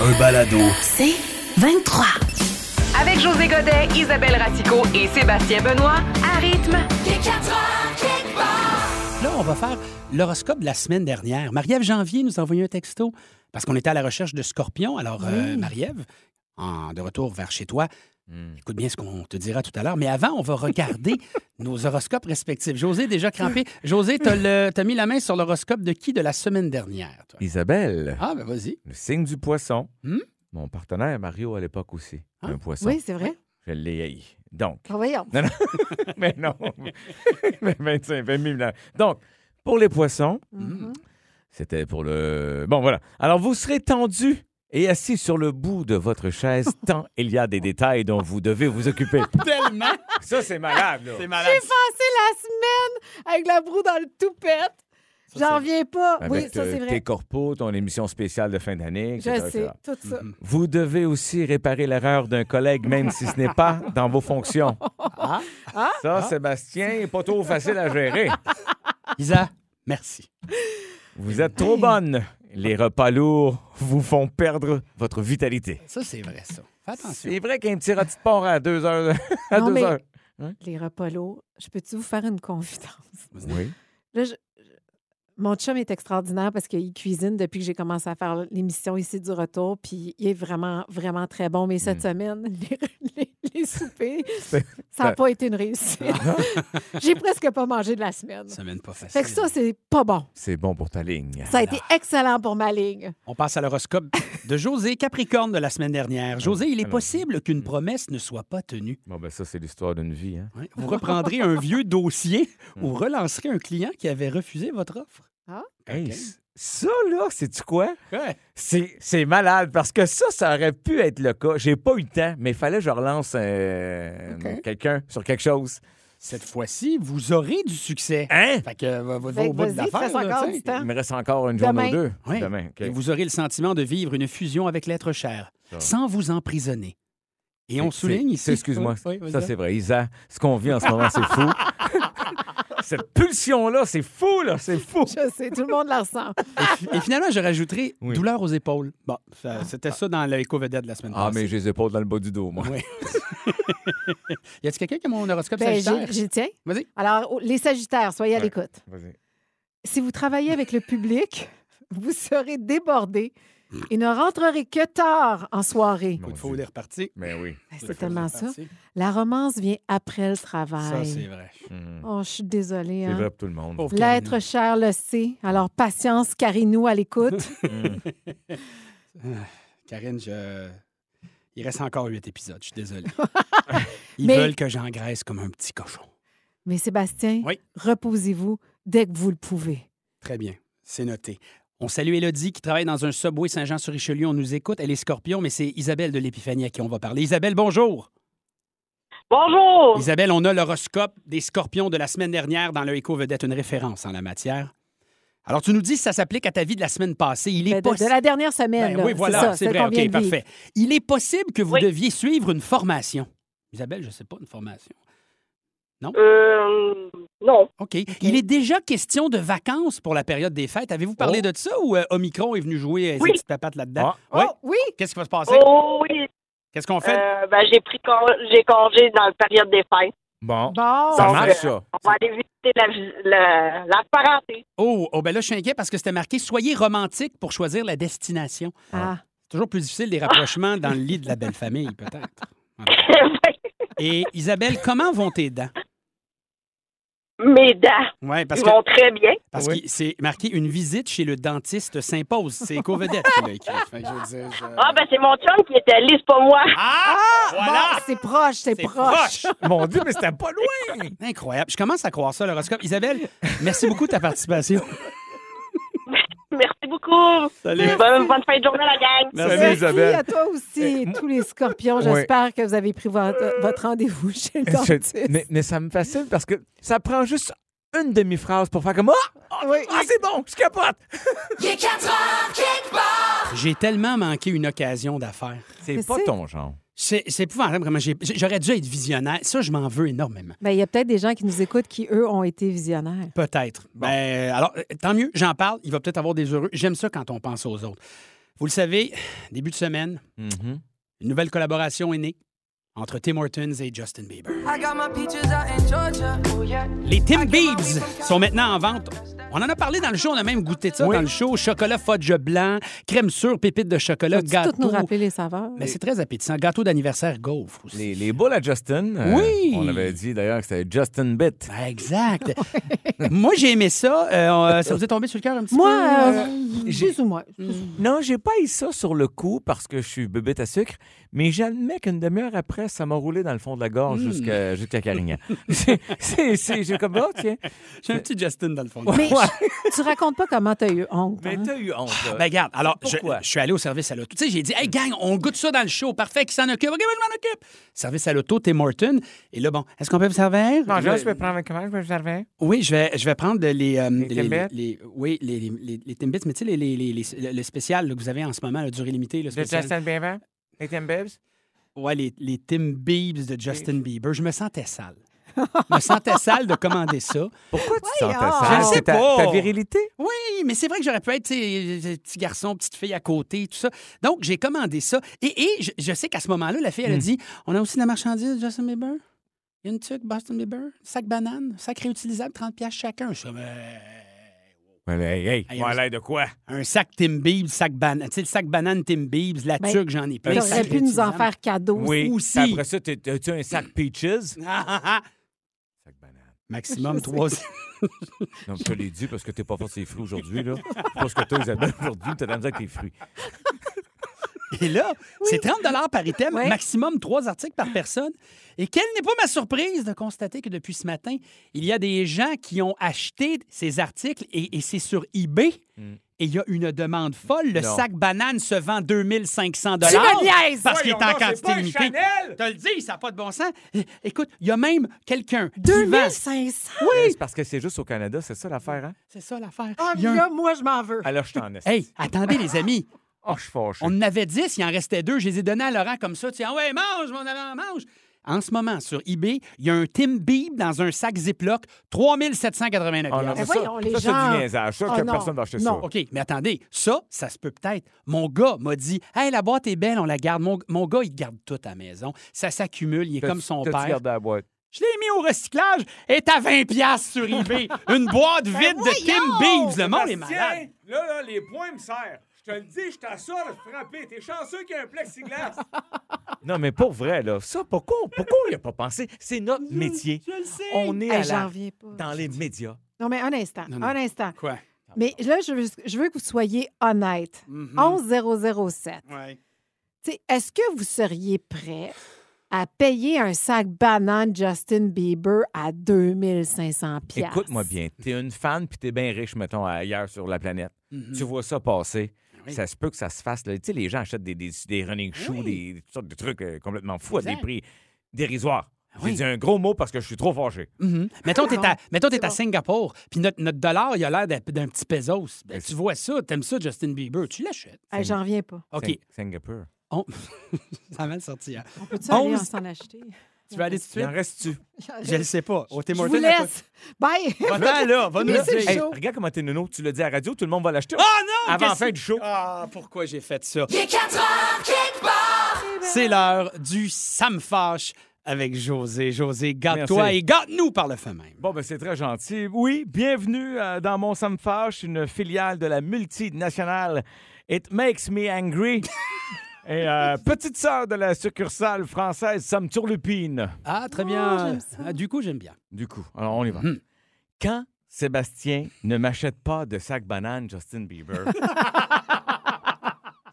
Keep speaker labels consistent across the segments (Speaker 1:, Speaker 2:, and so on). Speaker 1: Un balado.
Speaker 2: C'est 23.
Speaker 3: Avec José Godet, Isabelle Ratico et Sébastien Benoît, à rythme.
Speaker 4: Là, on va faire l'horoscope de la semaine dernière. Marie-Ève Janvier nous a envoyé un texto parce qu'on était à la recherche de scorpions. Alors, euh, Marie-Ève, en- de retour vers chez toi,
Speaker 5: Hmm.
Speaker 4: écoute bien ce qu'on te dira tout à l'heure. Mais avant, on va regarder nos horoscopes respectifs. José, déjà crampé. José, t'as le- t'as mis la main sur l'horoscope de qui de la semaine dernière, toi?
Speaker 6: Isabelle,
Speaker 4: Ah, ben vas-y.
Speaker 6: le signe du poisson.
Speaker 4: Hmm?
Speaker 6: Mon partenaire Mario à l'époque aussi. Un poisson.
Speaker 5: Ah, Oui, c'est vrai.
Speaker 6: Je l'ai haï. Donc,
Speaker 5: Ah, Voyons.
Speaker 6: mais non. Mais 25, 20 000 Donc, pour les poissons,
Speaker 5: Mhm.
Speaker 6: C'était pour le. Bon, voilà. Alors, vous serez tendu et assis sur le bout de votre chaise tant il y a des détails dont vous devez vous occuper.
Speaker 4: Tellement!
Speaker 6: Ça, c'est malade, là.
Speaker 4: C'est malade.
Speaker 5: passé la semaine avec la broue dans le toupette. J'en reviens pas.
Speaker 6: Avec
Speaker 5: oui, ça,
Speaker 6: euh,
Speaker 5: c'est vrai.
Speaker 6: tes corpos, ton émission spéciale de fin d'année, etc. Mm-hmm.
Speaker 5: Je sais,
Speaker 6: etc.
Speaker 5: tout ça.
Speaker 6: Vous devez aussi réparer l'erreur d'un collègue, même si ce n'est pas dans vos fonctions.
Speaker 5: Ah.
Speaker 6: Ça, Sébastien, est pas trop facile à gérer.
Speaker 4: Isa, merci.
Speaker 6: Vous êtes trop bonne. Les repas lourds vous font perdre votre vitalité.
Speaker 4: Ça, c'est vrai, ça. Fais attention.
Speaker 6: C'est vrai qu'un petit rôti de porc à deux heures. À
Speaker 5: Ah, Non,
Speaker 6: deux
Speaker 5: mais-
Speaker 6: heures.
Speaker 5: Les repas lourds. Je peux-tu vous faire une confidence?
Speaker 6: Oui.
Speaker 5: Là, je- je- Mon chum est extraordinaire parce qu'il cuisine depuis que j'ai commencé à faire l'émission ici du retour. Puis il est vraiment, vraiment très bon. Mais cette
Speaker 6: Mm.
Speaker 5: semaine, les, les- les soupers,
Speaker 6: C'est-
Speaker 5: ça n'a pas été une réussite. j'ai presque pas mangé de la semaine.
Speaker 4: Semaine pas facile.
Speaker 5: Fait que ça, c'est pas bon.
Speaker 6: C'est bon pour ta ligne.
Speaker 5: Ça a été excellent pour ma ligne.
Speaker 4: On passe à l'horoscope de José Capricorne de la semaine
Speaker 5: Ah,
Speaker 4: dernière. José,
Speaker 5: ben,
Speaker 4: il est
Speaker 6: alors.
Speaker 4: possible qu'une
Speaker 5: Hmm.
Speaker 4: promesse ne soit pas tenue.
Speaker 6: Bon, ben ça, c'est l'histoire d'une vie. Hein?
Speaker 4: Ouais. Vous reprendrez un vieux dossier
Speaker 6: Hmm.
Speaker 4: ou relancerez un client qui avait refusé votre offre.
Speaker 6: Hey,
Speaker 4: Ok.
Speaker 6: c- ça, là, c'est-tu quoi?
Speaker 4: Ouais.
Speaker 6: C'est c'est malade parce que ça, ça aurait pu être le cas. J'ai pas eu le temps, mais il fallait que je relance euh, quelqu'un sur quelque chose.
Speaker 4: Cette fois-ci, vous aurez du succès.
Speaker 6: Hein?
Speaker 4: Fait que euh, vos,
Speaker 5: Fait
Speaker 4: vos
Speaker 5: que
Speaker 4: bouts
Speaker 5: vas-y,
Speaker 4: d'affaires,
Speaker 5: fais
Speaker 4: là,
Speaker 5: encore
Speaker 4: tu sais.
Speaker 5: du temps.
Speaker 6: Il me reste encore une
Speaker 5: Demain.
Speaker 6: journée ou deux.
Speaker 4: Ouais.
Speaker 6: Demain. ok.
Speaker 4: Et vous aurez le sentiment de vivre une fusion avec l'être cher,
Speaker 6: Ça.
Speaker 4: sans vous emprisonner. Et on
Speaker 6: C'est-
Speaker 4: souligne
Speaker 6: c'est-
Speaker 4: ici...
Speaker 6: c'est- Excuse-moi.
Speaker 4: Oui, oui,
Speaker 6: ça,
Speaker 4: vas-y.
Speaker 6: c'est vrai. Isa, ce qu'on vit en ce moment, c'est fou. Cette pulsion-là, c'est fou, là. C'est fou.
Speaker 5: Je sais, tout le monde la ressent.
Speaker 4: Et finalement, je rajouterai
Speaker 6: Oui.
Speaker 4: douleur aux épaules. Bon, ça-
Speaker 5: Ah.
Speaker 4: c'était ça dans l'éco-vedette de la semaine
Speaker 6: Ah,
Speaker 4: passée.
Speaker 6: mais j'ai les épaules dans le bas du dos, moi.
Speaker 4: Oui. y a-t-il quelqu'un qui a mon horoscope
Speaker 5: Ben,
Speaker 4: sagittaire?
Speaker 5: j'y j'y tiens.
Speaker 4: Vas-y.
Speaker 5: Alors, oh, les Sagittaires, soyez à
Speaker 6: Ouais.
Speaker 5: l'écoute.
Speaker 6: Vas-y.
Speaker 5: Si vous travaillez avec le public, vous serez débordé et ne rentrerez que tard en soirée.
Speaker 4: Coup
Speaker 6: Mon
Speaker 4: de
Speaker 6: Dieu.
Speaker 4: foudre est reparti.
Speaker 6: Mais
Speaker 5: Ben,
Speaker 6: oui.
Speaker 4: Coup de
Speaker 5: C'est
Speaker 4: foudre
Speaker 5: tellement
Speaker 4: est
Speaker 5: ça.
Speaker 4: reparti.
Speaker 5: La romance vient après le
Speaker 4: Ça,
Speaker 5: travail.
Speaker 4: c'est vrai.
Speaker 6: Mhm.
Speaker 5: oh, je suis désolée.
Speaker 6: C'est
Speaker 5: hein.
Speaker 6: vrai pour tout le monde.
Speaker 4: Pauvre
Speaker 5: L'être cher le sait. Alors, patience, Carinou à l'écoute.
Speaker 6: Mhm.
Speaker 4: Karine, je... il reste encore huit épisodes, je suis désolé. Ils
Speaker 5: Mais-
Speaker 4: veulent que j'engraisse comme un petit cochon.
Speaker 5: Mais Sébastien,
Speaker 4: Oui.
Speaker 5: reposez-vous dès que vous le pouvez.
Speaker 4: Très bien, c'est noté. On salue Élodie qui travaille dans un Subway Saint-Jean-sur-Richelieu. On nous écoute. Elle est scorpion, mais c'est Isabelle de l'Épiphanie à qui on va parler. Isabelle, bonjour.
Speaker 7: Bonjour!
Speaker 4: Isabelle, on a l'horoscope des scorpions de la semaine dernière dans le Éco Vedette, une référence en la matière. Alors, tu nous dis si ça s'applique à ta vie de la semaine passée. Il est
Speaker 5: Ben, De, de
Speaker 4: possible-
Speaker 5: la dernière semaine.
Speaker 4: Ben
Speaker 5: là,
Speaker 4: oui,
Speaker 5: ça,
Speaker 4: voilà, c'est
Speaker 5: celle
Speaker 4: vrai.
Speaker 5: qu'on vient
Speaker 4: OK,
Speaker 5: de vivre.
Speaker 4: parfait. Il est possible que vous
Speaker 7: Oui.
Speaker 4: deviez suivre une formation. Isabelle, je ne sais pas, une formation.
Speaker 7: Euh, non.
Speaker 4: OK. Il est déjà question de vacances pour la période des fêtes. Avez-vous parlé de ça ou euh, Omicron est venu jouer euh, ses
Speaker 7: Oui.
Speaker 4: petites papates
Speaker 6: Ah,
Speaker 4: là-dedans?
Speaker 5: Oh,
Speaker 4: Oui.
Speaker 5: oui,
Speaker 4: Qu'est-ce qui va se passer?
Speaker 7: Oh oui,
Speaker 4: Qu'est-ce qu'on fait?
Speaker 7: euh, ben, j'ai pris con- j'ai congé dans la période des fêtes.
Speaker 5: bon.
Speaker 6: Bon. Ça
Speaker 7: Donc,
Speaker 6: marche, ça.
Speaker 7: On va aller visiter la, vis- la, la parenté.
Speaker 4: Oh, oh, ben là, je suis inquiet parce que c'était marqué Soyez romantique pour choisir la destination.
Speaker 5: Ah.
Speaker 4: C'est toujours plus difficile les rapprochements dans le lit de la belle famille, peut-être. Et Isabelle, comment vont tes dents?
Speaker 7: Mes dents
Speaker 4: Oui, parce
Speaker 7: ils
Speaker 4: que
Speaker 7: vont très bien.
Speaker 4: Parce
Speaker 6: Oui.
Speaker 4: que c'est marqué une visite chez le dentiste s'impose. C'est Covedette qui l'a écrit. Fait que je veux dire, je-
Speaker 7: Ah, ben c'est mon chum qui était allé, c'est pas moi.
Speaker 4: Ah!
Speaker 5: Bon, ben, c'est proche, c'est
Speaker 4: C'est
Speaker 5: proche.
Speaker 6: Mon Dieu, mais c'était pas loin.
Speaker 4: Incroyable. Je commence à croire ça, l'horoscope. Isabelle, merci beaucoup de ta participation.
Speaker 7: Merci Merci beaucoup.
Speaker 6: Salut.
Speaker 7: Bonne, bonne fin de journée, la gang.
Speaker 6: Salut,
Speaker 5: à
Speaker 6: Isabelle.
Speaker 5: toi aussi, tous les scorpions. J'espère que vous avez pris votre, votre rendez-vous chez le
Speaker 6: Je-
Speaker 5: dentiste.
Speaker 6: mais, mais ça me fascine parce que ça prend juste une demi-phrase pour faire comme Ah! Ah, ah, c'est bon, je capote!
Speaker 4: J'ai tellement manqué une occasion d'affaires.
Speaker 5: Mais
Speaker 6: C'est pas
Speaker 5: c'est-
Speaker 6: ton genre.
Speaker 4: C'est c'est épouvantable. Vraiment, j'ai- j'aurais dû être visionnaire. Ça, je m'en veux énormément.
Speaker 5: Ben, Il y a peut-être des gens qui nous écoutent qui, eux, ont été visionnaires.
Speaker 4: Peut-être. Ben, alors, euh, tant mieux, j'en parle. Il va peut-être avoir des heureux. J'aime ça quand on pense aux autres. Vous le savez, début de semaine,
Speaker 6: Mhm.
Speaker 4: une nouvelle collaboration est née entre Tim Hortons et Justin Bieber. Les Tim Biebs sont maintenant en vente. On en a parlé dans le show, on a même goûté de ça
Speaker 6: Oui.
Speaker 4: dans le show. Chocolat fudge blanc, crème sûre, pépites de chocolat,
Speaker 5: Peux-tu
Speaker 4: gâteau.
Speaker 5: toutes nous rappeler les saveurs?
Speaker 4: Mais c'est très appétissant. Gâteau d'anniversaire gaufre aussi.
Speaker 6: Les, les boules à Justin. euh,
Speaker 4: Oui.
Speaker 6: On avait dit d'ailleurs que c'était Justin Bit.
Speaker 4: Ben, exact. Moi, j'ai aimé ça. Euh, euh, ça vous est tombé sur le cœur un petit
Speaker 5: Moi,
Speaker 4: peu?
Speaker 5: euh, plus ou moins.
Speaker 4: Hmm.
Speaker 6: Non, j'ai pas eu ça sur le coup parce que je suis bébête à sucre, mais j'admets qu'une demi-heure après, ça m'a roulé dans le fond de la gorge jusqu'à jusqu'à Carignan. C'est- c'est- c'est- J'ai comme, oh, tiens.
Speaker 4: J'ai un petit Justin dans le fond.
Speaker 5: Mais
Speaker 6: Ouais.
Speaker 5: tu racontes pas comment t'as eu honte.
Speaker 6: Mais
Speaker 5: hein?
Speaker 6: t'as eu honte. là.
Speaker 4: Ben, regarde, alors, je,
Speaker 6: Pourquoi?
Speaker 4: je suis allé au service à l'auto. Tu sais, j'ai dit, hey, gang, on goûte ça dans le show. Parfait, qui s'en occupe? OK, ben, je m'en occupe. Service à l'auto, Tim Horton. Et là, bon, est-ce qu'on peut vous servir?
Speaker 6: Bonjour,
Speaker 4: Je-
Speaker 6: je vais prendre comment je vais servir?
Speaker 4: Oui, je vais, je vais prendre les, euh,
Speaker 6: Les Timbits?
Speaker 4: les- Oui, les, les, les- les Timbits, mais tu sais, les, les, les- les- le spécial là, que vous avez en ce moment, la durée limitée, le
Speaker 6: De
Speaker 4: spécial.
Speaker 6: Justin Bieber? Les Tim Bibbs?
Speaker 4: Ouais, les, les Tim Biebs de Justin Bieber. Je me sentais sale. Je me sentais sale de commander ça.
Speaker 6: Pourquoi tu sentais
Speaker 4: Je
Speaker 6: ça?
Speaker 4: sais
Speaker 6: C'est ta,
Speaker 4: pas.
Speaker 6: ta virilité?
Speaker 4: Oui, mais c'est vrai que j'aurais pu être tu sais, euh, petit garçon, petite fille à côté, tout ça. Donc, j'ai commandé ça. Et, et je, je sais qu'à ce moment-là, la
Speaker 6: Hmm.
Speaker 4: fille, elle a dit On a aussi de la marchandise, Justin Bieber Il y a une tuque, Boston Bieber, sac banane, sac réutilisable, 30$ piastres chacun. Je suis comme, Euh,
Speaker 6: Ouais, mais hey, hey,
Speaker 4: Hey,
Speaker 6: moi,
Speaker 4: on-
Speaker 6: l'air de quoi?
Speaker 4: Un sac Tim Biebs, sac banane. Tu sais, le sac banane Tim Biebs, la
Speaker 5: Ben,
Speaker 4: tuque, j'en ai plein.
Speaker 5: T'aurais
Speaker 4: sac
Speaker 5: pu nous en
Speaker 4: réutilisable.
Speaker 5: faire cadeau.
Speaker 6: Oui.
Speaker 4: aussi.
Speaker 6: Puis Après ça, t'es- t'as-tu un sac peaches?
Speaker 4: Ah, ah, ah.
Speaker 6: Sac banane.
Speaker 5: Je
Speaker 4: Maximum
Speaker 5: sais.
Speaker 4: trois.
Speaker 6: Non, je te l'ai dit parce que t'es pas fort sur les fruits aujourd'hui, là. C'est pas ce que t'as, Isabelle, aujourd'hui. T'as de la misère avec tes fruits.
Speaker 4: Et là, c'est 30 par item,
Speaker 5: Ouais.
Speaker 4: maximum trois articles par personne. Et quelle n'est pas ma surprise de constater que depuis ce matin, il y a des gens qui ont acheté ces articles et, et c'est sur eBay. Et il y a une demande folle. Le
Speaker 6: Hmm. Non.
Speaker 4: sac banane se vend 2500
Speaker 5: Tu me niaises!
Speaker 4: Parce qu'il est en
Speaker 6: Voyons donc, c'est
Speaker 4: quantité
Speaker 6: pas un
Speaker 4: limitée.
Speaker 6: Chanel!
Speaker 4: te le dis, ça n'a pas de bon sens. É- Écoute, il y a même quelqu'un qui vend-
Speaker 5: 2500!
Speaker 6: Mais Euh, C'est parce que c'est juste au Canada, c'est ça l'affaire, hein?
Speaker 4: C'est ça l'affaire.
Speaker 5: Ah,
Speaker 4: Il y a un-
Speaker 5: là, moi, je m'en veux.
Speaker 6: Alors, je t'en ai.
Speaker 4: Hey, attendez, les amis.
Speaker 6: Oh, je suis fâché.
Speaker 4: On en avait 10, il en restait deux. Je les ai donnés à Laurent comme ça. Tu dis, ah ouais, mange, mon amant, mange. En ce moment, sur eBay, il y a un Tim Bieb dans un sac Ziploc, 3789
Speaker 6: Oh, non,
Speaker 4: piastres.
Speaker 6: mais
Speaker 5: voyons, les
Speaker 6: ça, c'est
Speaker 5: gens.
Speaker 6: du niaisage. Ça,
Speaker 5: Oh,
Speaker 6: que
Speaker 5: non.
Speaker 6: personne va acheter
Speaker 5: Non.
Speaker 6: ça.
Speaker 4: OK, mais attendez, ça, ça se peut peut-être. Mon gars m'a dit, hey, la boîte est belle, on la garde. Mon, mon gars, il garde tout à la maison. Ça s'accumule, il est
Speaker 6: T'as-
Speaker 4: comme son
Speaker 6: t'as-tu
Speaker 4: père.
Speaker 6: gardé la boîte?
Speaker 4: Je l'ai mis au recyclage, est à 20 piastres sur eBay. Une boîte vide de Tim Biebs. Le monde est malade.
Speaker 6: Là, là, les points me serrent. Je te le dis, je t'assure de frapper. T'es chanceux qu'il y a un plexiglas. non, mais pour vrai, là, ça, pourquoi, pourquoi on n'y a pas pensé? C'est notre métier.
Speaker 4: Je le sais.
Speaker 6: On est
Speaker 5: Hey,
Speaker 6: à
Speaker 5: J'en
Speaker 6: la-
Speaker 5: reviens pas.
Speaker 6: dans les médias.
Speaker 5: Non, mais un instant,
Speaker 4: Non, non.
Speaker 5: un instant.
Speaker 4: Quoi?
Speaker 5: Ah, Mais là, je veux, je veux que vous soyez honnête.
Speaker 4: Mhm.
Speaker 5: 11007.
Speaker 4: Ouais.
Speaker 5: Tu sais, Est-ce que vous seriez prêt à payer un sac banane Justin Bieber à 2500 piastres?
Speaker 6: Écoute-moi bien. T'es une fan, puis t'es bien riche, mettons, ailleurs sur la planète. Tu vois ça passer.
Speaker 4: Mm-hmm. Ah Oui. Ah
Speaker 6: Ça se peut que ça se fasse. là. Tu sais, les gens achètent des, des, des running shoes, des, toutes sortes de trucs euh, complètement fous à
Speaker 4: Exact. Ah
Speaker 6: des prix dérisoires.
Speaker 4: oui.
Speaker 6: J'ai dit un gros mot parce que je suis trop fâché.
Speaker 4: Mhm. Mettons, t'es à, mettons, t'es
Speaker 5: C'est
Speaker 4: à
Speaker 5: bon.
Speaker 4: Singapour, puis notre, notre dollar, il a l'air d'un, d'un petit pesos. Ben,
Speaker 6: Mais
Speaker 4: tu
Speaker 6: c'est-
Speaker 4: vois ça, t'aimes ça, Justin Bieber, tu l'achètes.
Speaker 5: Hey, J'en reviens pas.
Speaker 4: OK.
Speaker 6: Sing- Singapour.
Speaker 4: On- ça m'a sorti. hein.
Speaker 5: On peut-tu aller en
Speaker 4: Onze-
Speaker 5: s'en acheter?
Speaker 4: Tu veux aller tout de
Speaker 6: Il
Speaker 4: suite?
Speaker 6: en reste-tu?
Speaker 4: Je le sais pas. Au Tim
Speaker 5: Je vous
Speaker 4: Hortons, à
Speaker 5: laisse. Bye!
Speaker 4: quoi- Va-t'en, là, va nous
Speaker 5: Mais
Speaker 4: le
Speaker 5: c'est
Speaker 4: dire.
Speaker 5: chaud.
Speaker 6: regarde comment t'es nono. Tu l'as dit à la radio, tout le monde va l'acheter.
Speaker 4: Ah non!
Speaker 6: Avant la
Speaker 4: qu'est-ce-
Speaker 6: fin du show.
Speaker 4: Ah, pourquoi j'ai fait ça?
Speaker 5: Eh ben
Speaker 4: C'est l'heure du Ça me fâche avec José. José, garde-toi
Speaker 6: Merci.
Speaker 4: et garde-nous par le fait même.
Speaker 6: Bon, ben c'est très gentil. Oui, bienvenue euh, dans mon Sam Fâche, une filiale de la multinationale It Makes Me Angry. Et euh, petite sœur de la succursale française Sam Turlupine.
Speaker 4: Ah, très
Speaker 5: Oh,
Speaker 4: bien.
Speaker 5: j'aime ça.
Speaker 4: Ah, du coup, j'aime bien.
Speaker 6: Du coup, alors on y va.
Speaker 4: Mhm.
Speaker 6: Quand Sébastien ne m'achète pas de sac banane Justin Bieber,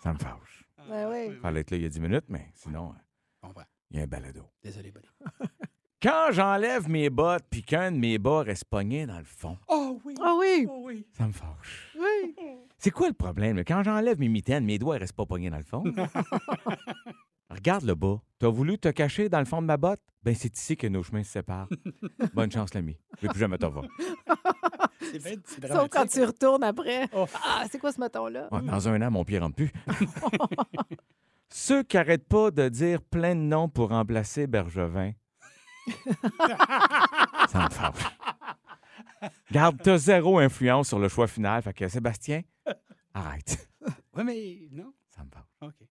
Speaker 6: ça me fâche.
Speaker 5: Ben oui.
Speaker 6: Fallait être là il y a 10 minutes, mais sinon, euh,
Speaker 4: Comprends.
Speaker 6: il y a un balado.
Speaker 4: Désolé, buddy.
Speaker 6: Quand j'enlève mes bottes puis qu'un de mes bas reste pogné dans le fond,
Speaker 4: Oh oui.
Speaker 5: Ah oui,
Speaker 4: Oh oui.
Speaker 6: ça me fâche.
Speaker 5: oui.
Speaker 6: C'est quoi le problème? là? Quand j'enlève mes mitaines, mes doigts ne restent pas pognés dans le fond. Regarde le bas. T'as voulu te cacher dans le fond de ma botte? Ben, c'est ici que nos chemins se séparent. Bonne chance, l'ami. Je vais plus jamais te revoir.
Speaker 4: C'est bien- c'est
Speaker 5: Sauf
Speaker 4: dramatique.
Speaker 5: quand tu retournes après.
Speaker 4: Oh.
Speaker 5: Ah, c'est quoi ce mouton-là?
Speaker 6: Ouais, dans un an, mon pied rentre plus. Ceux qui n'arrêtent pas de dire plein de noms pour remplacer Bergevin. ça me fâche. Garde, t'as zéro influence sur le choix final. Fait que Sébastien, arrête.
Speaker 4: Oui, mais non.
Speaker 6: Ça me fâche.
Speaker 4: OK.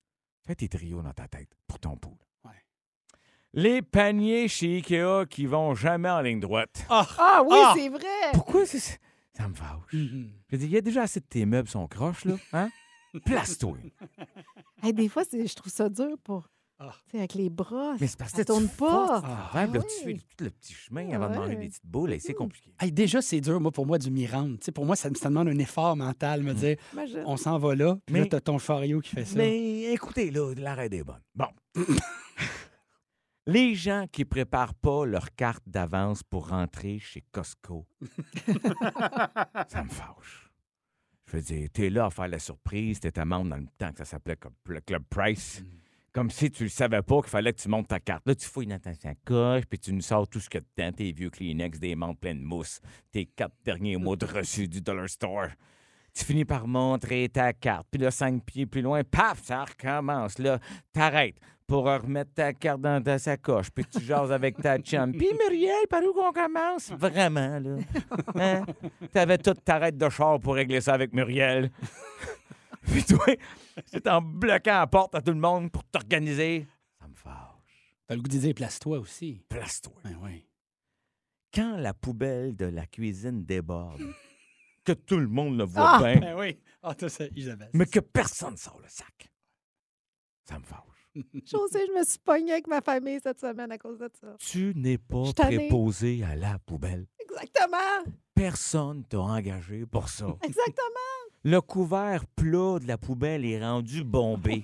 Speaker 6: Fais tes trios dans ta tête pour ton pool.
Speaker 4: Ouais.
Speaker 6: Les paniers chez Ikea qui vont jamais en ligne droite.
Speaker 5: Ah oui,
Speaker 4: Ah!
Speaker 5: c'est vrai!
Speaker 6: Pourquoi c'est... Ça me fâche. Je dis, il y a déjà assez de tes meubles sont croches, là. Hein? Place-toi.
Speaker 5: Hey, des fois, c'est- je trouve ça dur pour.
Speaker 4: Ah.
Speaker 5: Tu sais, Avec les bras.
Speaker 6: Mais c'est parce que
Speaker 5: ça
Speaker 6: tu
Speaker 5: tourne pas.
Speaker 6: forces, tu travailles, puis là,
Speaker 5: Ah
Speaker 6: tu fais
Speaker 5: oui.
Speaker 6: tout le petit chemin avant de
Speaker 5: Ouais.
Speaker 6: manger des petites boules. et C'est compliqué.
Speaker 4: Hey, déjà, c'est dur, moi, pour moi, du m'y rendre. Tu sais, pour moi, ça, me- ça demande un effort mental, me dire,
Speaker 5: Imagine.
Speaker 4: on s'en va là, puis
Speaker 6: Mais-
Speaker 4: là, t'as ton fario qui fait ça.
Speaker 6: Mais écoutez, là, l'arrêt est bonne. Bon. Les gens qui préparent pas leur carte d'avance pour rentrer chez Costco, ça me fâche. Je veux dire, t'es là à faire la surprise, t'étais membre dans le temps que ça s'appelait comme le Club
Speaker 4: Mm.
Speaker 6: Price. Comme si tu le savais pas qu'il fallait que tu montes ta carte. Là, tu fouilles dans ta sacoche, puis tu nous sors tout ce que y a dedans, tes vieux Kleenex, des menthes pleines de mousse, tes quatre derniers mois de reçu du Dollar Store. Tu finis par montrer ta carte. Puis là, cinq pieds plus loin, paf, ça recommence. Là, t'arrêtes pour remettre ta carte dans ta sacoche. Puis tu jases avec ta chum. Puis Muriel, par où qu'on commence? Vraiment, là. Hein? T'avais toute ta raide de char pour régler ça avec Muriel. Puis toi, c'est en bloquant la porte à tout le monde pour t'organiser. Ça me fâche.
Speaker 4: T'as le goût de dire, place-toi aussi.
Speaker 6: Place-toi
Speaker 4: Ben oui.
Speaker 6: quand la poubelle de la cuisine déborde, que tout le monde le voit
Speaker 5: Ah!
Speaker 6: bien,
Speaker 4: Ben oui. Ah, toi, ça, Isabelle.
Speaker 6: mais que personne sort le sac. Ça me fâche.
Speaker 5: Josée, je me suis pognée avec ma famille cette semaine à cause de ça.
Speaker 6: Tu n'es pas
Speaker 5: Je suis tannée.
Speaker 6: préposé à la poubelle.
Speaker 5: Exactement!
Speaker 6: Personne t'a engagé pour ça.
Speaker 5: Exactement!
Speaker 6: Le couvert plat de la poubelle est rendu bombé.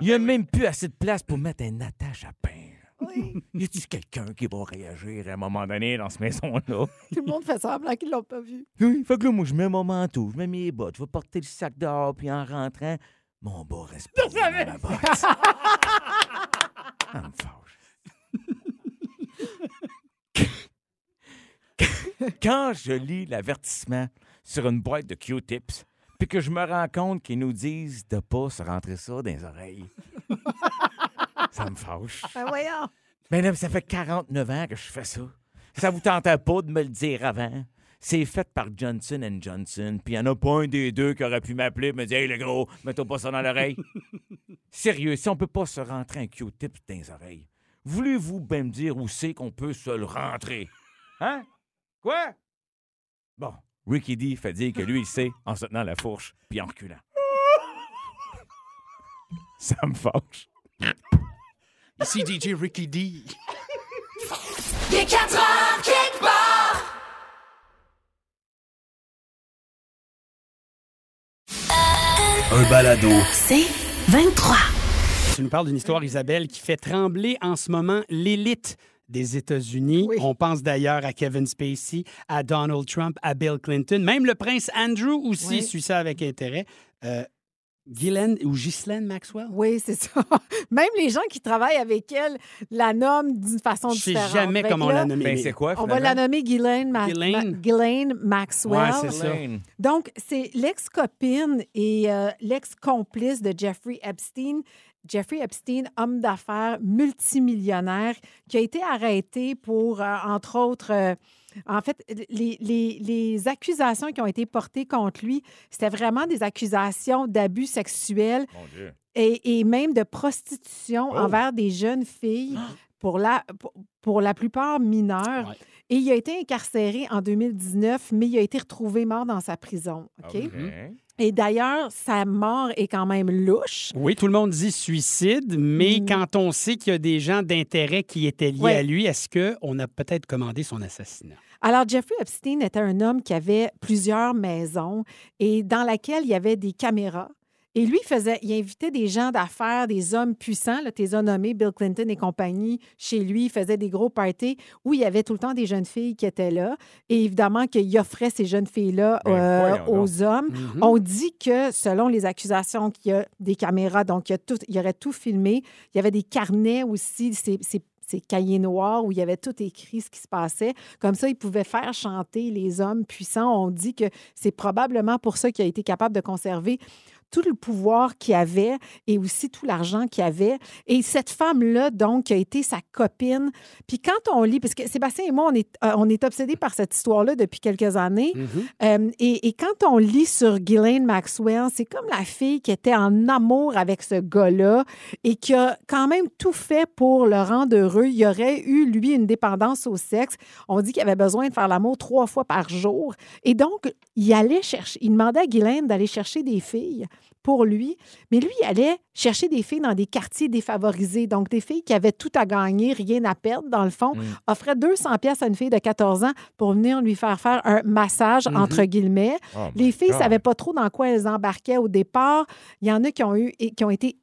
Speaker 6: Il n'y a même plus assez de place pour mettre un attache à pain.
Speaker 5: Oui.
Speaker 6: Y a-tu quelqu'un qui va réagir à un moment donné dans cette maison-là?
Speaker 5: Tout le monde fait semblant qu'ils l'ont pas vu.
Speaker 6: Oui, fait que là, moi, je mets mon manteau, je mets mes bottes, je vais porter le sac dehors, puis en rentrant, mon bas reste pas dans ma botte. Ça me fâche. Quand je lis l'avertissement sur une boîte de Q-tips, puis que je me rends compte qu'ils nous disent de pas se rentrer ça dans les oreilles, ça me fâche.
Speaker 5: Ben voyons!
Speaker 6: Mais là, ça fait 49 ans que je fais ça. Ça vous tentait pas de me le dire avant? C'est fait par Johnson Johnson, puis il en a pas un des deux qui aurait pu m'appeler et me dire Hey, le gros, mets-toi pas ça dans l'oreille. Sérieux, si on peut pas se rentrer un Q-tip dans les oreilles, voulez-vous bien me dire où c'est qu'on peut se le rentrer? Hein? Quoi? Bon, Ricky D fait dire que lui, il sait en se tenant la fourche puis en reculant. ça me fâche.
Speaker 4: Ici DJ Ricky D.
Speaker 1: Les 4 heures kickbar.
Speaker 8: Un balado.
Speaker 2: C'est 23.
Speaker 4: Tu nous parles d'une histoire, Isabelle, qui fait trembler en ce moment l'élite des États-Unis.
Speaker 5: Oui.
Speaker 4: On pense d'ailleurs à Kevin Spacey, à Donald Trump, à Bill Clinton, même le prince Andrew aussi
Speaker 5: Oui.
Speaker 4: suit ça avec intérêt. Euh, Ghislaine ou Ghislaine Maxwell?
Speaker 5: Oui, c'est ça. Même les gens qui travaillent avec elle la nomment d'une façon
Speaker 4: Je sais
Speaker 5: différente.
Speaker 4: jamais
Speaker 5: Fait que
Speaker 4: comment on
Speaker 5: là,
Speaker 4: l'a nommée.
Speaker 6: Ben,
Speaker 4: mais-
Speaker 6: c'est quoi?
Speaker 5: On va la
Speaker 6: finalement?
Speaker 5: nommer Ghislaine, Ma-
Speaker 4: Ghislaine?
Speaker 5: Ma- Ghislaine Maxwell.
Speaker 4: Ouais, c'est ça.
Speaker 6: Lane.
Speaker 5: Donc, c'est l'ex-copine et euh, l'ex-complice de Jeffrey Epstein. Jeffrey Epstein, homme d'affaires multimillionnaire, qui a été arrêté pour, euh, entre autres, euh, en fait, les, les- les accusations qui ont été portées contre lui, c'était vraiment des accusations d'abus sexuels
Speaker 6: Mon Dieu.
Speaker 5: et, et même de prostitution
Speaker 6: Oh.
Speaker 5: envers des jeunes filles, pour la, pour, pour la plupart mineures.
Speaker 4: Ouais.
Speaker 5: Et il a été incarcéré en 2019, mais il a été retrouvé mort dans sa prison.
Speaker 6: Ah
Speaker 4: Ah
Speaker 5: OK?
Speaker 4: hein?
Speaker 5: Et d'ailleurs, sa mort est quand même louche.
Speaker 4: Oui, tout le monde dit suicide, mais
Speaker 5: Mm.
Speaker 4: quand on sait qu'il y a des gens d'intérêt qui étaient liés
Speaker 5: Ouais.
Speaker 4: à lui, est-ce qu'on a peut-être commandé son assassinat?
Speaker 5: Alors, Jeffrey Epstein était un homme qui avait plusieurs maisons et dans laquelle il y avait des caméras. Et lui, il faisait, il invitait des gens d'affaires, des hommes puissants, là, tes nommés, Bill Clinton et compagnie, chez lui. Il faisait des gros parties où il y avait tout le temps des jeunes filles qui étaient là. Et évidemment qu'il offrait ces jeunes filles-là
Speaker 6: Ben,
Speaker 5: euh,
Speaker 6: voyons
Speaker 5: aux
Speaker 6: donc.
Speaker 5: hommes.
Speaker 6: Mhm.
Speaker 4: Mm-hmm. Oh!
Speaker 5: On dit que, selon les accusations, qu'il y a des caméras, donc il y, a tout, il y aurait tout filmé. Il y avait des carnets aussi, ces, ces- ces cahiers noirs où il y avait tout écrit ce qui se passait. Comme ça, il pouvait faire chanter les hommes puissants. On dit que c'est probablement pour ça qu'il a été capable de conserver tout le pouvoir qu'il avait et aussi tout l'argent qu'il avait. Et cette femme-là, donc, a été sa copine. Puis quand on lit, parce que Sébastien et moi, on est, euh, on est obsédés par cette histoire-là depuis quelques années. Euh, et, et quand on lit sur Ghislaine Maxwell, c'est comme la fille qui était en amour avec ce gars-là et qui a quand même tout fait pour le rendre heureux. Il y aurait eu, lui, une dépendance au sexe. On dit qu'il avait besoin de faire l'amour trois fois par jour. Et donc, il allait chercher, il demandait à Guylaine d'aller chercher des filles pour lui, mais lui, il allait chercher des filles dans des quartiers défavorisés, donc des filles qui avaient tout à gagner, rien à perdre, dans le fond, offrait 200 pièces à une fille de 14 ans pour venir lui faire faire un massage,
Speaker 9: Mhm.
Speaker 5: entre guillemets.
Speaker 9: Oh my
Speaker 5: Les filles
Speaker 9: God.
Speaker 5: savaient pas trop dans quoi elles embarquaient au départ. Il y en a qui ont, eu, et qui ont été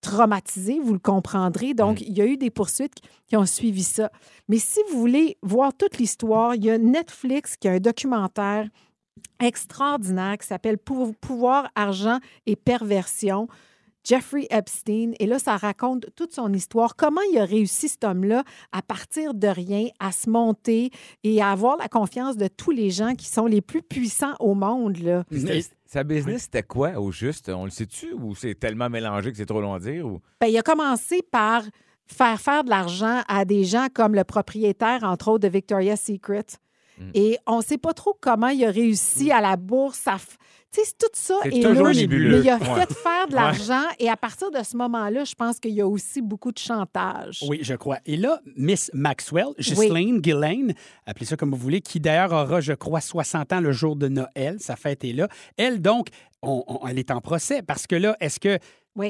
Speaker 5: traumatisés, vous le comprendrez. Donc,
Speaker 9: Mm.
Speaker 5: il y a eu des poursuites qui ont suivi ça. Mais si vous voulez voir toute l'histoire, il y a Netflix qui a un documentaire extraordinaire qui s'appelle Pou- Pouvoir, argent et perversion. Jeffrey Epstein. Et là, ça raconte toute son histoire, comment il a réussi cet homme-là à partir de rien, à se monter et à avoir la confiance de tous les gens qui sont les plus puissants au monde. Là.
Speaker 6: Puis c'était- Sa business, c'était quoi au juste? On le sait-tu ou c'est tellement mélangé que c'est trop long à dire? Ou...
Speaker 5: Ben, il a commencé par faire faire de l'argent à des gens comme le propriétaire, entre autres, de Victoria's Secret.
Speaker 4: Hmm.
Speaker 6: Mm.
Speaker 5: Et on ne sait pas trop comment il a réussi à la bourse. À f- Tu sais, c'est tout ça
Speaker 6: C'est
Speaker 5: est
Speaker 6: toujours
Speaker 5: louche,
Speaker 6: nébuleux.
Speaker 5: mais il a
Speaker 6: Ouais.
Speaker 5: fait faire de
Speaker 4: Ouais.
Speaker 5: l'argent. Et à partir de ce moment-là, je pense qu'il y a aussi beaucoup de chantage.
Speaker 4: Oui, je crois. Et là, Miss Maxwell, Ghislaine, Ghislaine, appelez ça comme vous voulez, qui d'ailleurs aura, je crois, 60 ans le jour de Noël, sa fête est là. Elle, donc, on- on- elle est en procès parce que là, est-ce que.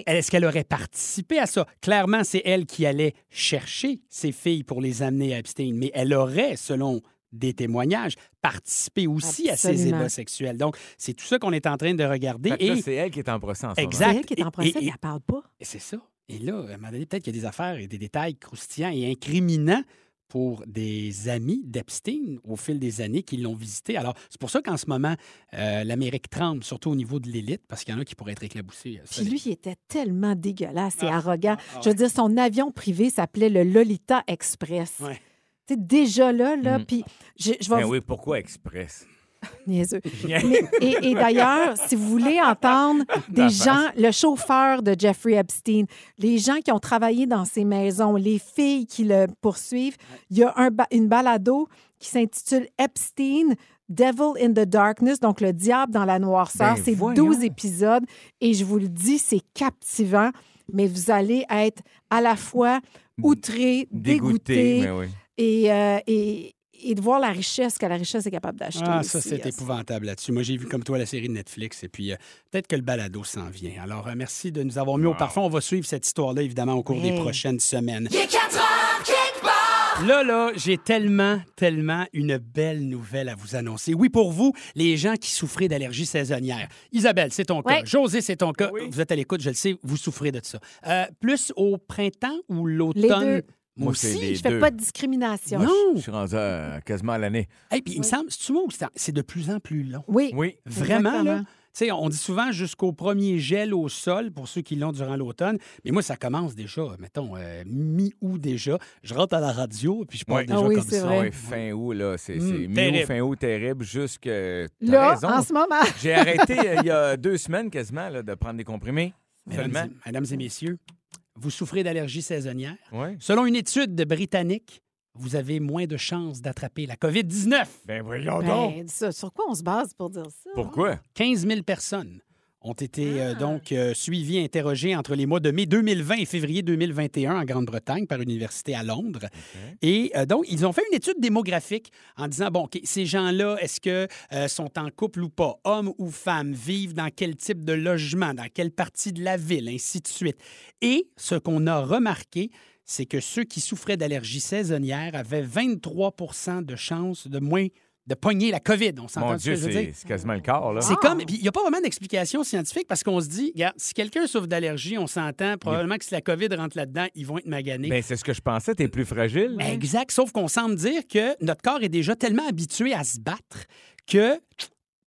Speaker 4: Est-ce qu'elle aurait participé à ça? Clairement, c'est elle qui allait chercher ses filles pour les amener à Epstein, mais elle aurait, selon des témoignages, participé aussi à ces
Speaker 6: Absolument.
Speaker 4: ébats sexuels. Donc, c'est tout ça qu'on est en train de regarder.
Speaker 6: Fait que là,
Speaker 4: et-
Speaker 6: c'est elle qui est en procès en ce moment.
Speaker 4: Exact. Et- et- et-
Speaker 5: parle pas.
Speaker 4: et C'est ça. Et là, à un moment donné, peut-être qu'il y a des affaires et des détails croustillants et incriminants pour des amis d'Epstein au fil des années qui l'ont visité. Alors, c'est pour ça qu'en ce moment, euh, l'Amérique tremble, surtout au niveau de l'élite, parce qu'il y en a qui pourraient être éclaboussés. euh,
Speaker 5: Puis
Speaker 4: solide.
Speaker 5: lui, il était tellement dégueulasse et arrogant.
Speaker 4: ah,
Speaker 5: Je veux dire, son avion privé s'appelait le Lolita Express.
Speaker 4: Ouais.
Speaker 5: Tu sais, déjà là, là,
Speaker 6: Mm.
Speaker 5: puis je, je vais
Speaker 6: Ben
Speaker 5: vous-
Speaker 6: oui, pourquoi Express?
Speaker 5: Niaiseux. Mais- et et d'ailleurs, si vous voulez entendre des
Speaker 6: face.
Speaker 5: gens, le chauffeur de Jeffrey Epstein, les gens qui ont travaillé dans ces maisons, les filles qui le poursuivent, il y a un ba- une balado qui s'intitule Epstein. Devil in the Darkness, donc le diable dans la noirceur.
Speaker 9: Ben
Speaker 5: c'est
Speaker 9: voyons.
Speaker 5: 12 épisodes et je vous le dis, c'est captivant, mais vous allez être à la fois outré, dégoûté,
Speaker 6: Dégoûté, mais oui.
Speaker 5: et, euh, et, et de voir la richesse que la richesse est capable d'acheter.
Speaker 4: Ah, ça,
Speaker 5: aussi,
Speaker 4: c'est
Speaker 5: euh,
Speaker 4: épouvantable là-dessus. Moi, j'ai vu comme toi la série de Netflix et puis euh, peut-être que le balado s'en vient. Alors, euh, merci de nous avoir mis au parfum. On va suivre cette histoire-là, évidemment, au cours des
Speaker 1: Hey.
Speaker 4: prochaines semaines.
Speaker 1: Il est 4 heures, kick bar.
Speaker 4: Là, là, j'ai tellement, tellement une belle nouvelle à vous annoncer. Oui, pour vous, les gens qui souffrez d'allergies saisonnières. Isabelle, c'est ton cas.
Speaker 10: Ouais.
Speaker 4: José, c'est ton cas. Vous êtes à l'écoute, je le sais, vous souffrez de ça. Euh, plus au printemps ou l'automne?
Speaker 5: Les deux.
Speaker 4: Moi aussi,
Speaker 5: je fais pas de discrimination.
Speaker 4: Non!
Speaker 6: Ah, Je suis rendu à- quasiment à l'année.
Speaker 4: Et puis, il me semble, c'est-tu moi ou c'est- c'est de plus en plus long?
Speaker 5: Oui.
Speaker 6: Oui.
Speaker 4: Vraiment, là?
Speaker 6: Exactement.
Speaker 4: Tu sais, on dit souvent jusqu'au premier gel au sol pour ceux qui l'ont durant l'automne. Mais moi, ça commence déjà, mettons, euh, mi-août déjà. Je rentre à la radio, puis je parle
Speaker 6: Ouais.
Speaker 4: déjà comme ça.
Speaker 6: Ouais, fin août, là. C'est
Speaker 4: Mm,
Speaker 6: c'est mi-août,
Speaker 4: terrible.
Speaker 6: fin août, terrible, jusque. Là,
Speaker 4: Là, en ce
Speaker 5: moment.
Speaker 6: J'ai arrêté euh, il y a deux semaines quasiment là, de prendre des comprimés. Ben,
Speaker 4: Mesdames
Speaker 6: Seulement.
Speaker 4: et, mesdames et messieurs, vous souffrez d'allergies saisonnières.
Speaker 6: Ouais.
Speaker 4: Selon une étude de britannique, vous avez moins de chances d'attraper la COVID-19.
Speaker 6: Ben voyons
Speaker 5: Ben, ça, sur quoi on se base pour dire ça?
Speaker 6: Pourquoi?
Speaker 4: 15 000 personnes ont été
Speaker 6: Ah.
Speaker 4: euh, donc euh, suivies et interrogées entre les mois de mai 2020 et février 2021 en Grande-Bretagne par une université à Londres. Et euh, donc, ils ont fait une étude démographique en disant, bon, OK, ces gens-là, est-ce que euh, sont en couple ou pas, hommes ou femmes, vivent dans quel type de logement, dans quelle partie de la ville, ainsi de suite. Et ce qu'on a remarqué, c'est que ceux qui souffraient d'allergies saisonnières avaient 23 de chances de moins de pogner la COVID. On s'entend
Speaker 6: Mon
Speaker 4: ce que
Speaker 6: Dieu,
Speaker 4: je veux dire?
Speaker 6: c'est c'est quasiment le corps, là.
Speaker 4: C'est comme. puis Il n'y a pas vraiment d'explication scientifique parce qu'on se dit, regarde, si quelqu'un souffre d'allergie, on s'entend probablement que si la COVID rentre là-dedans, ils vont être maganés.
Speaker 6: Ben, c'est ce que je pensais, t'es plus fragile.
Speaker 4: Exact, sauf qu'on semble dire que notre corps est déjà tellement habitué à se battre que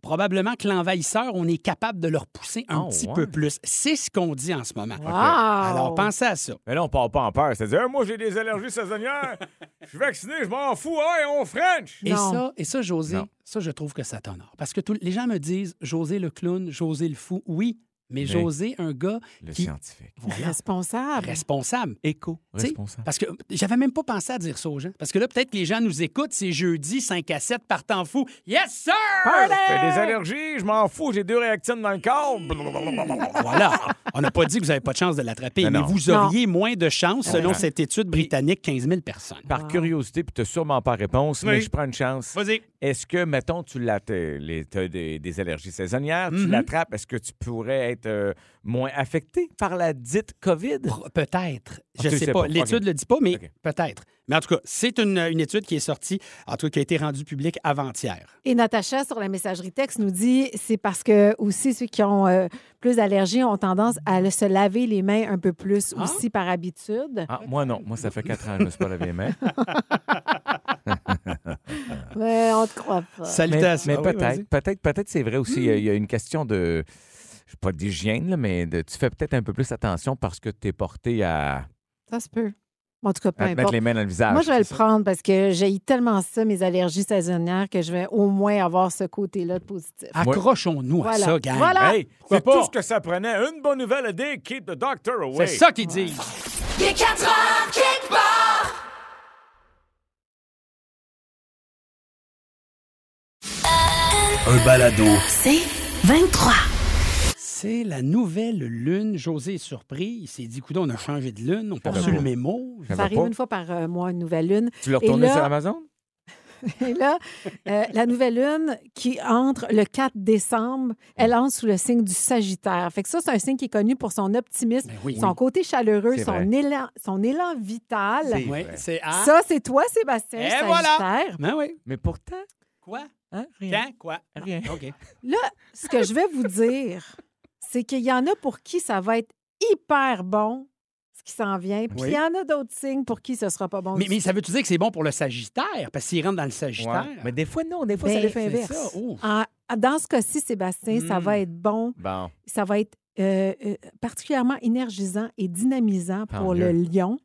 Speaker 4: probablement que l'envahisseur, on est capable de le repousser un
Speaker 6: Oh,
Speaker 4: petit
Speaker 6: ouais.
Speaker 4: peu plus. C'est ce qu'on dit en ce moment.
Speaker 5: Wow!
Speaker 4: Alors, pensez à ça.
Speaker 6: Mais là, on part pas en peur. C'est-à-dire, Hey, moi, j'ai des allergies saisonnières. Je suis vacciné, je m'en fous. Hey, on French!
Speaker 4: Et
Speaker 5: Non.
Speaker 4: ça, et ça, José,
Speaker 6: Non.
Speaker 4: ça, je trouve que ça t'honore. Parce que tout- les gens me disent José le clown, José le fou. Oui, mais,
Speaker 6: Mais-
Speaker 4: José, un gars
Speaker 6: Le
Speaker 4: qui
Speaker 6: scientifique.
Speaker 4: voilà,
Speaker 5: Responsable.
Speaker 4: responsable.
Speaker 6: Éco.
Speaker 4: Tu sais,
Speaker 6: Responsable.
Speaker 4: Parce que j'avais même pas pensé à dire ça aux gens. Parce que là, peut-être que les gens nous écoutent, c'est jeudi, 5 à 7, par temps fou. Yes, sir! Ah,
Speaker 6: J'ai Ah,
Speaker 4: ben
Speaker 6: des allergies, je m'en fous, j'ai deux réactines dans le corps.
Speaker 4: Mmh.
Speaker 6: Blablabla.
Speaker 4: Voilà. On n'a pas dit que vous n'avez pas de chance de l'attraper,
Speaker 6: Non,
Speaker 4: mais
Speaker 6: non.
Speaker 4: vous auriez moins de chance, selon
Speaker 6: Ouais.
Speaker 4: cette étude britannique, 15 000 personnes.
Speaker 6: Par curiosité, puis t'as sûrement pas réponse, mais
Speaker 4: Oui.
Speaker 6: je prends une chance.
Speaker 4: Vas-y.
Speaker 6: Est-ce que, mettons, tu l'as- t'as les- t'as des, des allergies saisonnières, tu
Speaker 4: Mhm.
Speaker 6: l'attrapes, est-ce que tu pourrais être euh, moins affecté par la dite COVID?
Speaker 4: Pro- Peut-être. Je
Speaker 6: Ah, tu
Speaker 4: ne
Speaker 6: le
Speaker 4: sais
Speaker 6: sais
Speaker 4: pas.
Speaker 6: pas.
Speaker 4: L'étude
Speaker 6: OK.
Speaker 4: ne le dit pas, mais
Speaker 6: OK.
Speaker 4: peut-être. Mais en tout cas, c'est une, une étude qui est sortie, en tout cas, qui a été rendue publique avant-hier.
Speaker 5: Et Natacha, sur la messagerie texte, nous dit c'est parce que aussi ceux qui ont euh, plus d'allergies ont tendance à le- se laver les mains un peu plus
Speaker 4: Ah.
Speaker 5: aussi par habitude.
Speaker 6: Ah, moi non. Moi, ça fait quatre ans que je me suis pas lavé les mains. Euh,
Speaker 5: Mais on te croit pas.
Speaker 6: Mais,
Speaker 4: Salutations.
Speaker 6: mais
Speaker 4: Ah oui,
Speaker 6: peut-être,
Speaker 4: vas-y.
Speaker 6: peut-être, peut-être c'est vrai aussi. Il y a- il y a une question de, je sais pas d'hygiène, là, mais de, tu fais peut-être un peu plus attention parce que tu es porté à,
Speaker 5: Ça se peut. En tout cas, peu
Speaker 6: à te mettre
Speaker 5: importe.
Speaker 6: les mains dans le visage.
Speaker 5: Moi, je vais le
Speaker 6: c'est ça?
Speaker 5: prendre parce que j'ai tellement ça, mes allergies saisonnières, que je vais au moins avoir ce côté-là de positif.
Speaker 6: Ah,
Speaker 4: Accrochons-nous à
Speaker 5: Voilà.
Speaker 4: ça, gang.
Speaker 5: Voilà.
Speaker 6: Hey,
Speaker 4: Pourquoi pas?
Speaker 6: que ça prenait. Une bonne nouvelle a day, keep the doctor
Speaker 4: C'est ça qu'ils disent.
Speaker 1: Il est 4 heures, kick bar.
Speaker 8: Un balado.
Speaker 2: C'est 23.
Speaker 4: C'est la nouvelle lune. José est surpris. Il s'est dit, coudonc, on a changé de lune. On poursuit
Speaker 6: va
Speaker 4: le
Speaker 6: pas.
Speaker 4: mémo.
Speaker 6: Ça
Speaker 5: Ça
Speaker 6: va
Speaker 5: arrive
Speaker 6: pas?
Speaker 5: une fois par euh, mois, une nouvelle lune.
Speaker 6: Tu l'as
Speaker 5: Et
Speaker 6: retourné
Speaker 5: là-
Speaker 6: sur Amazon?
Speaker 5: Et là, euh, la nouvelle lune qui entre le 4 décembre, elle entre sous le signe du Sagittaire. Fait que ça, c'est un signe qui est connu pour son optimisme,
Speaker 4: Ben oui.
Speaker 5: son côté chaleureux,
Speaker 6: C'est
Speaker 5: son
Speaker 6: vrai.
Speaker 5: élan, son élan vital.
Speaker 6: C'est
Speaker 4: Oui,
Speaker 6: vrai.
Speaker 4: c'est ah.
Speaker 5: Ça, c'est toi, Sébastien,
Speaker 4: Et
Speaker 5: Sagittaire.
Speaker 4: Ben oui.
Speaker 6: Mais pourtant,
Speaker 4: Quoi?
Speaker 6: hein, rien.
Speaker 4: Quand? Quoi?
Speaker 6: Rien.
Speaker 4: OK.
Speaker 5: Ce que je vais vous dire, c'est qu'il y en a pour qui ça va être hyper bon, ce qui s'en vient, puis
Speaker 4: Oui.
Speaker 5: il y en a d'autres signes pour qui ce sera pas bon.
Speaker 4: Mais,
Speaker 5: du
Speaker 4: mais
Speaker 5: tout.
Speaker 4: ça veut-tu dire que c'est bon pour le Sagittaire? Parce qu'il rentre dans le Sagittaire.
Speaker 6: Ouais. Mais des fois, non. Des fois,
Speaker 5: Ben,
Speaker 6: ça les fait
Speaker 4: c'est
Speaker 6: inverse.
Speaker 4: ça. Oh.
Speaker 5: Ah, Dans ce cas-ci, Sébastien, ça
Speaker 4: Hmm.
Speaker 5: va être bon
Speaker 6: Bon.
Speaker 5: ça va être euh, euh, particulièrement énergisant et dynamisant
Speaker 6: Tant
Speaker 5: pour le
Speaker 6: mieux.
Speaker 5: lion,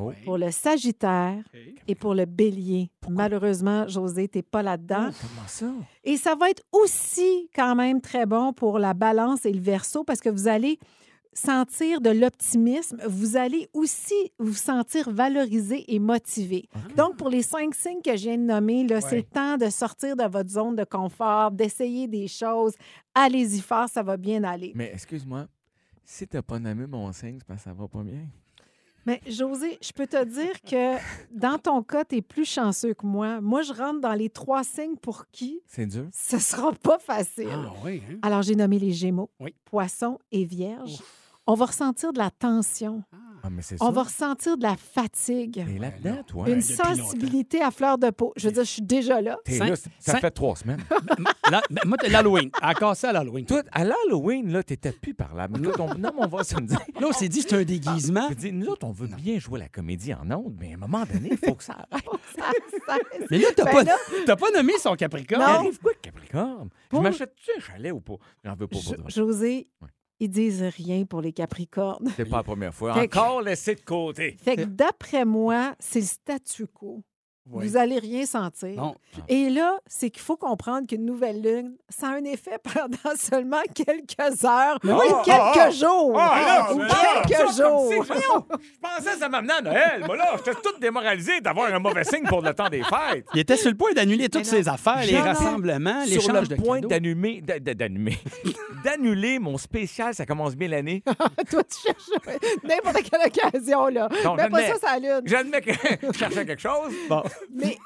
Speaker 6: Oh.
Speaker 5: pour le sagittaire et pour le bélier. Malheureusement, José, t'es pas là-dedans.
Speaker 6: Comment ça?
Speaker 5: Et ça va être aussi quand même très bon pour la balance et le verso parce que vous allez sentir de l'optimisme, vous allez aussi vous sentir valorisé et motivé.
Speaker 6: Ah.
Speaker 5: Donc, pour les cinq signes que je viens de nommer, là, c'est le temps de sortir de votre zone de confort, d'essayer des choses. Allez-y fort, ça va bien aller.
Speaker 6: Mais excuse-moi, si t'as pas nommé mon signe, c'est parce que ça va pas bien.
Speaker 5: Mais José, je peux te dire que dans ton cas, tu es plus chanceux que moi. Moi, je rentre dans les trois signes pour qui
Speaker 6: C'est dur.
Speaker 5: ce sera pas facile.
Speaker 4: Ah oui, hein?
Speaker 5: Alors, j'ai nommé les Gémeaux,
Speaker 4: Oui.
Speaker 5: Poissons et Vierges. On va ressentir de la tension.
Speaker 6: Ah, mais c'est ça.
Speaker 5: On va ressentir de la fatigue.
Speaker 6: T'es là-dedans, toi.
Speaker 5: Une
Speaker 4: depuis longtemps.
Speaker 5: sensibilité à fleur de peau. Je veux dire, je suis déjà là.
Speaker 6: T'es
Speaker 4: Cinq-
Speaker 6: là, ça
Speaker 4: cinq-
Speaker 6: fait trois semaines.
Speaker 4: Là, ben, moi, t'as l'Halloween. Encore ça, l'Halloween.
Speaker 6: Toi, à l'Halloween, là, t'étais plus parlable. Nous autres, on- non, mais on va se le dire.
Speaker 4: Là, on s'est dit, c'est un déguisement.
Speaker 6: Je veux dire, nous autres, on veut bien jouer la comédie en ondes, mais à un moment donné, il faut que ça arrête.
Speaker 5: Ça- ça-
Speaker 4: Mais là, t'as
Speaker 5: Ben
Speaker 4: pas,
Speaker 5: là-
Speaker 4: t'as pas nommé son Capricorne.
Speaker 5: Non.
Speaker 6: Arrive quoi, Capricorne? Je
Speaker 5: Bon.
Speaker 6: m'achète-tu un chalet ou pas? J'en veux pas pour de
Speaker 5: Jo-
Speaker 6: vrai.
Speaker 5: José,
Speaker 6: Ouais.
Speaker 5: ils disent rien pour les Capricornes.
Speaker 6: C'est pas la première fois.
Speaker 5: Fait que-
Speaker 6: Encore laissé de côté.
Speaker 5: Fait que d'après moi, c'est le statu quo.
Speaker 4: Oui.
Speaker 5: Vous allez rien sentir.
Speaker 4: Non.
Speaker 5: Et là, c'est qu'il faut comprendre qu'une nouvelle lune, ça a un effet pendant seulement quelques heures
Speaker 4: oui.
Speaker 5: ou quelques jours.
Speaker 6: Ah,
Speaker 5: ou quelques jours.
Speaker 6: Je pensais que ça m'amenait à Noël. Moi, là, j'étais tout démoralisé d'avoir un mauvais signe pour le temps des fêtes.
Speaker 4: Il était sur le point d'annuler toutes
Speaker 5: non.
Speaker 4: ses affaires, les
Speaker 6: J'étais
Speaker 5: Ah,
Speaker 4: rassemblements, les
Speaker 6: Sur le
Speaker 4: de
Speaker 6: point
Speaker 4: cadeaux.
Speaker 6: d'annumer, d'a- d'a- d'annumer, d'annuler mon spécial, ça commence bien l'année.
Speaker 5: Toi, tu cherches n'importe quelle occasion. là.
Speaker 6: Non,
Speaker 5: mais pas
Speaker 6: jamais.
Speaker 5: ça, ça lune.
Speaker 6: J'admets que je cherchais quelque chose.
Speaker 5: Mais,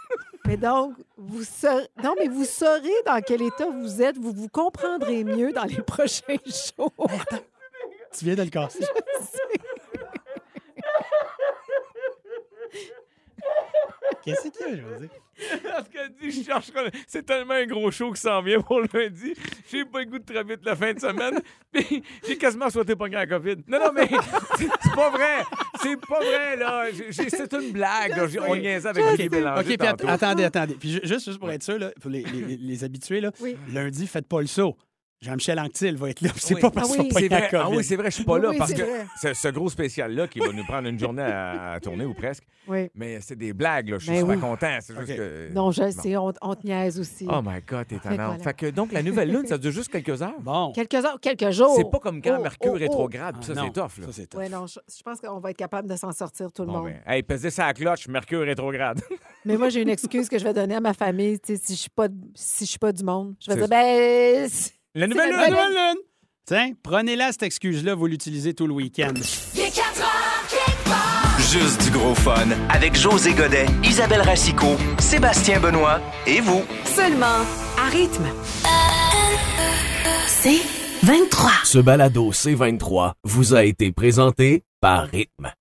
Speaker 5: mais donc, vous saurez, non, mais vous saurez dans quel état vous êtes. Vous vous comprendrez mieux dans les prochains jours.
Speaker 4: Tu viens de le casser. Qu'est-ce qu'il y a, José?
Speaker 6: Parce qu'elle dit, je cherche. C'est tellement un gros show qui s'en vient pour lundi. J'ai pas le goût de travailler toute la fin de semaine. Puis j'ai quasiment souhaité pogner la COVID. Non, non, mais c'est c'est pas vrai. C'est pas vrai, là. J'ai- j'ai- C'est une blague. là. J'ai- On niaisait avec Guy Bélanger.
Speaker 4: OK, puis att-
Speaker 6: tantôt.
Speaker 4: attendez, attendez. Puis ju- juste, juste pour être sûr, là, pour les, les- les- les habitués, là,
Speaker 5: Oui.
Speaker 4: lundi, faites pas le saut. Jean-Michel Anctil va être là, puis c'est
Speaker 6: Oui.
Speaker 4: pas parce
Speaker 5: Ah
Speaker 4: qu'on
Speaker 5: oui.
Speaker 4: va
Speaker 6: C'est
Speaker 4: être
Speaker 6: vrai.
Speaker 4: la
Speaker 6: Ah
Speaker 4: COVID.
Speaker 6: oui, c'est vrai, je suis pas là
Speaker 5: Oui,
Speaker 6: parce
Speaker 5: c'est
Speaker 6: que
Speaker 5: vrai.
Speaker 6: c'est ce gros spécial-là qui va nous prendre une journée à, à tourner ou presque.
Speaker 5: Oui.
Speaker 6: Mais c'est des blagues, là. Je suis
Speaker 5: Mais
Speaker 6: super
Speaker 5: oui.
Speaker 6: content. C'est juste
Speaker 4: OK.
Speaker 6: que.
Speaker 5: Non, je le
Speaker 6: Euh, Bon.
Speaker 5: sais, on, on te niaise aussi.
Speaker 6: Oh my God, t'es
Speaker 5: que
Speaker 6: tannante.
Speaker 5: voilà.
Speaker 6: Fait que donc, la nouvelle lune, ça dure juste quelques heures.
Speaker 4: Bon.
Speaker 5: Quelques heures, quelques jours.
Speaker 6: C'est pas comme quand
Speaker 5: Oh,
Speaker 6: Mercure
Speaker 5: oh, oh.
Speaker 6: rétrograde,
Speaker 4: Ah,
Speaker 6: puis ça,
Speaker 4: non,
Speaker 6: c'est tough, là.
Speaker 4: Ça, c'est tough.
Speaker 5: Oui, non, je, je pense qu'on va être capable de s'en sortir tout le
Speaker 6: Bon,
Speaker 5: monde.
Speaker 6: ben, hey, pesez ça à la cloche, Mercure rétrograde.
Speaker 5: Mais moi, j'ai une excuse que je vais donner à ma famille, tu sais, si je suis pas, de- si je suis pas du monde. Je vais
Speaker 6: C'est-
Speaker 5: dire, ben, c'est-
Speaker 6: la nouvelle
Speaker 5: la
Speaker 6: lune!
Speaker 4: La nouvelle lune! Tiens, prenez-la, cette excuse-là, vous l'utilisez tout le week-end.
Speaker 1: Il est 4 heures quelque part.
Speaker 9: Juste du gros fun avec José Godet, Isabelle Racicot, Sébastien Benoît et vous.
Speaker 3: Seulement à rythme.
Speaker 2: C'est 23.
Speaker 8: Ce balado C23 vous a été présenté par Rythme.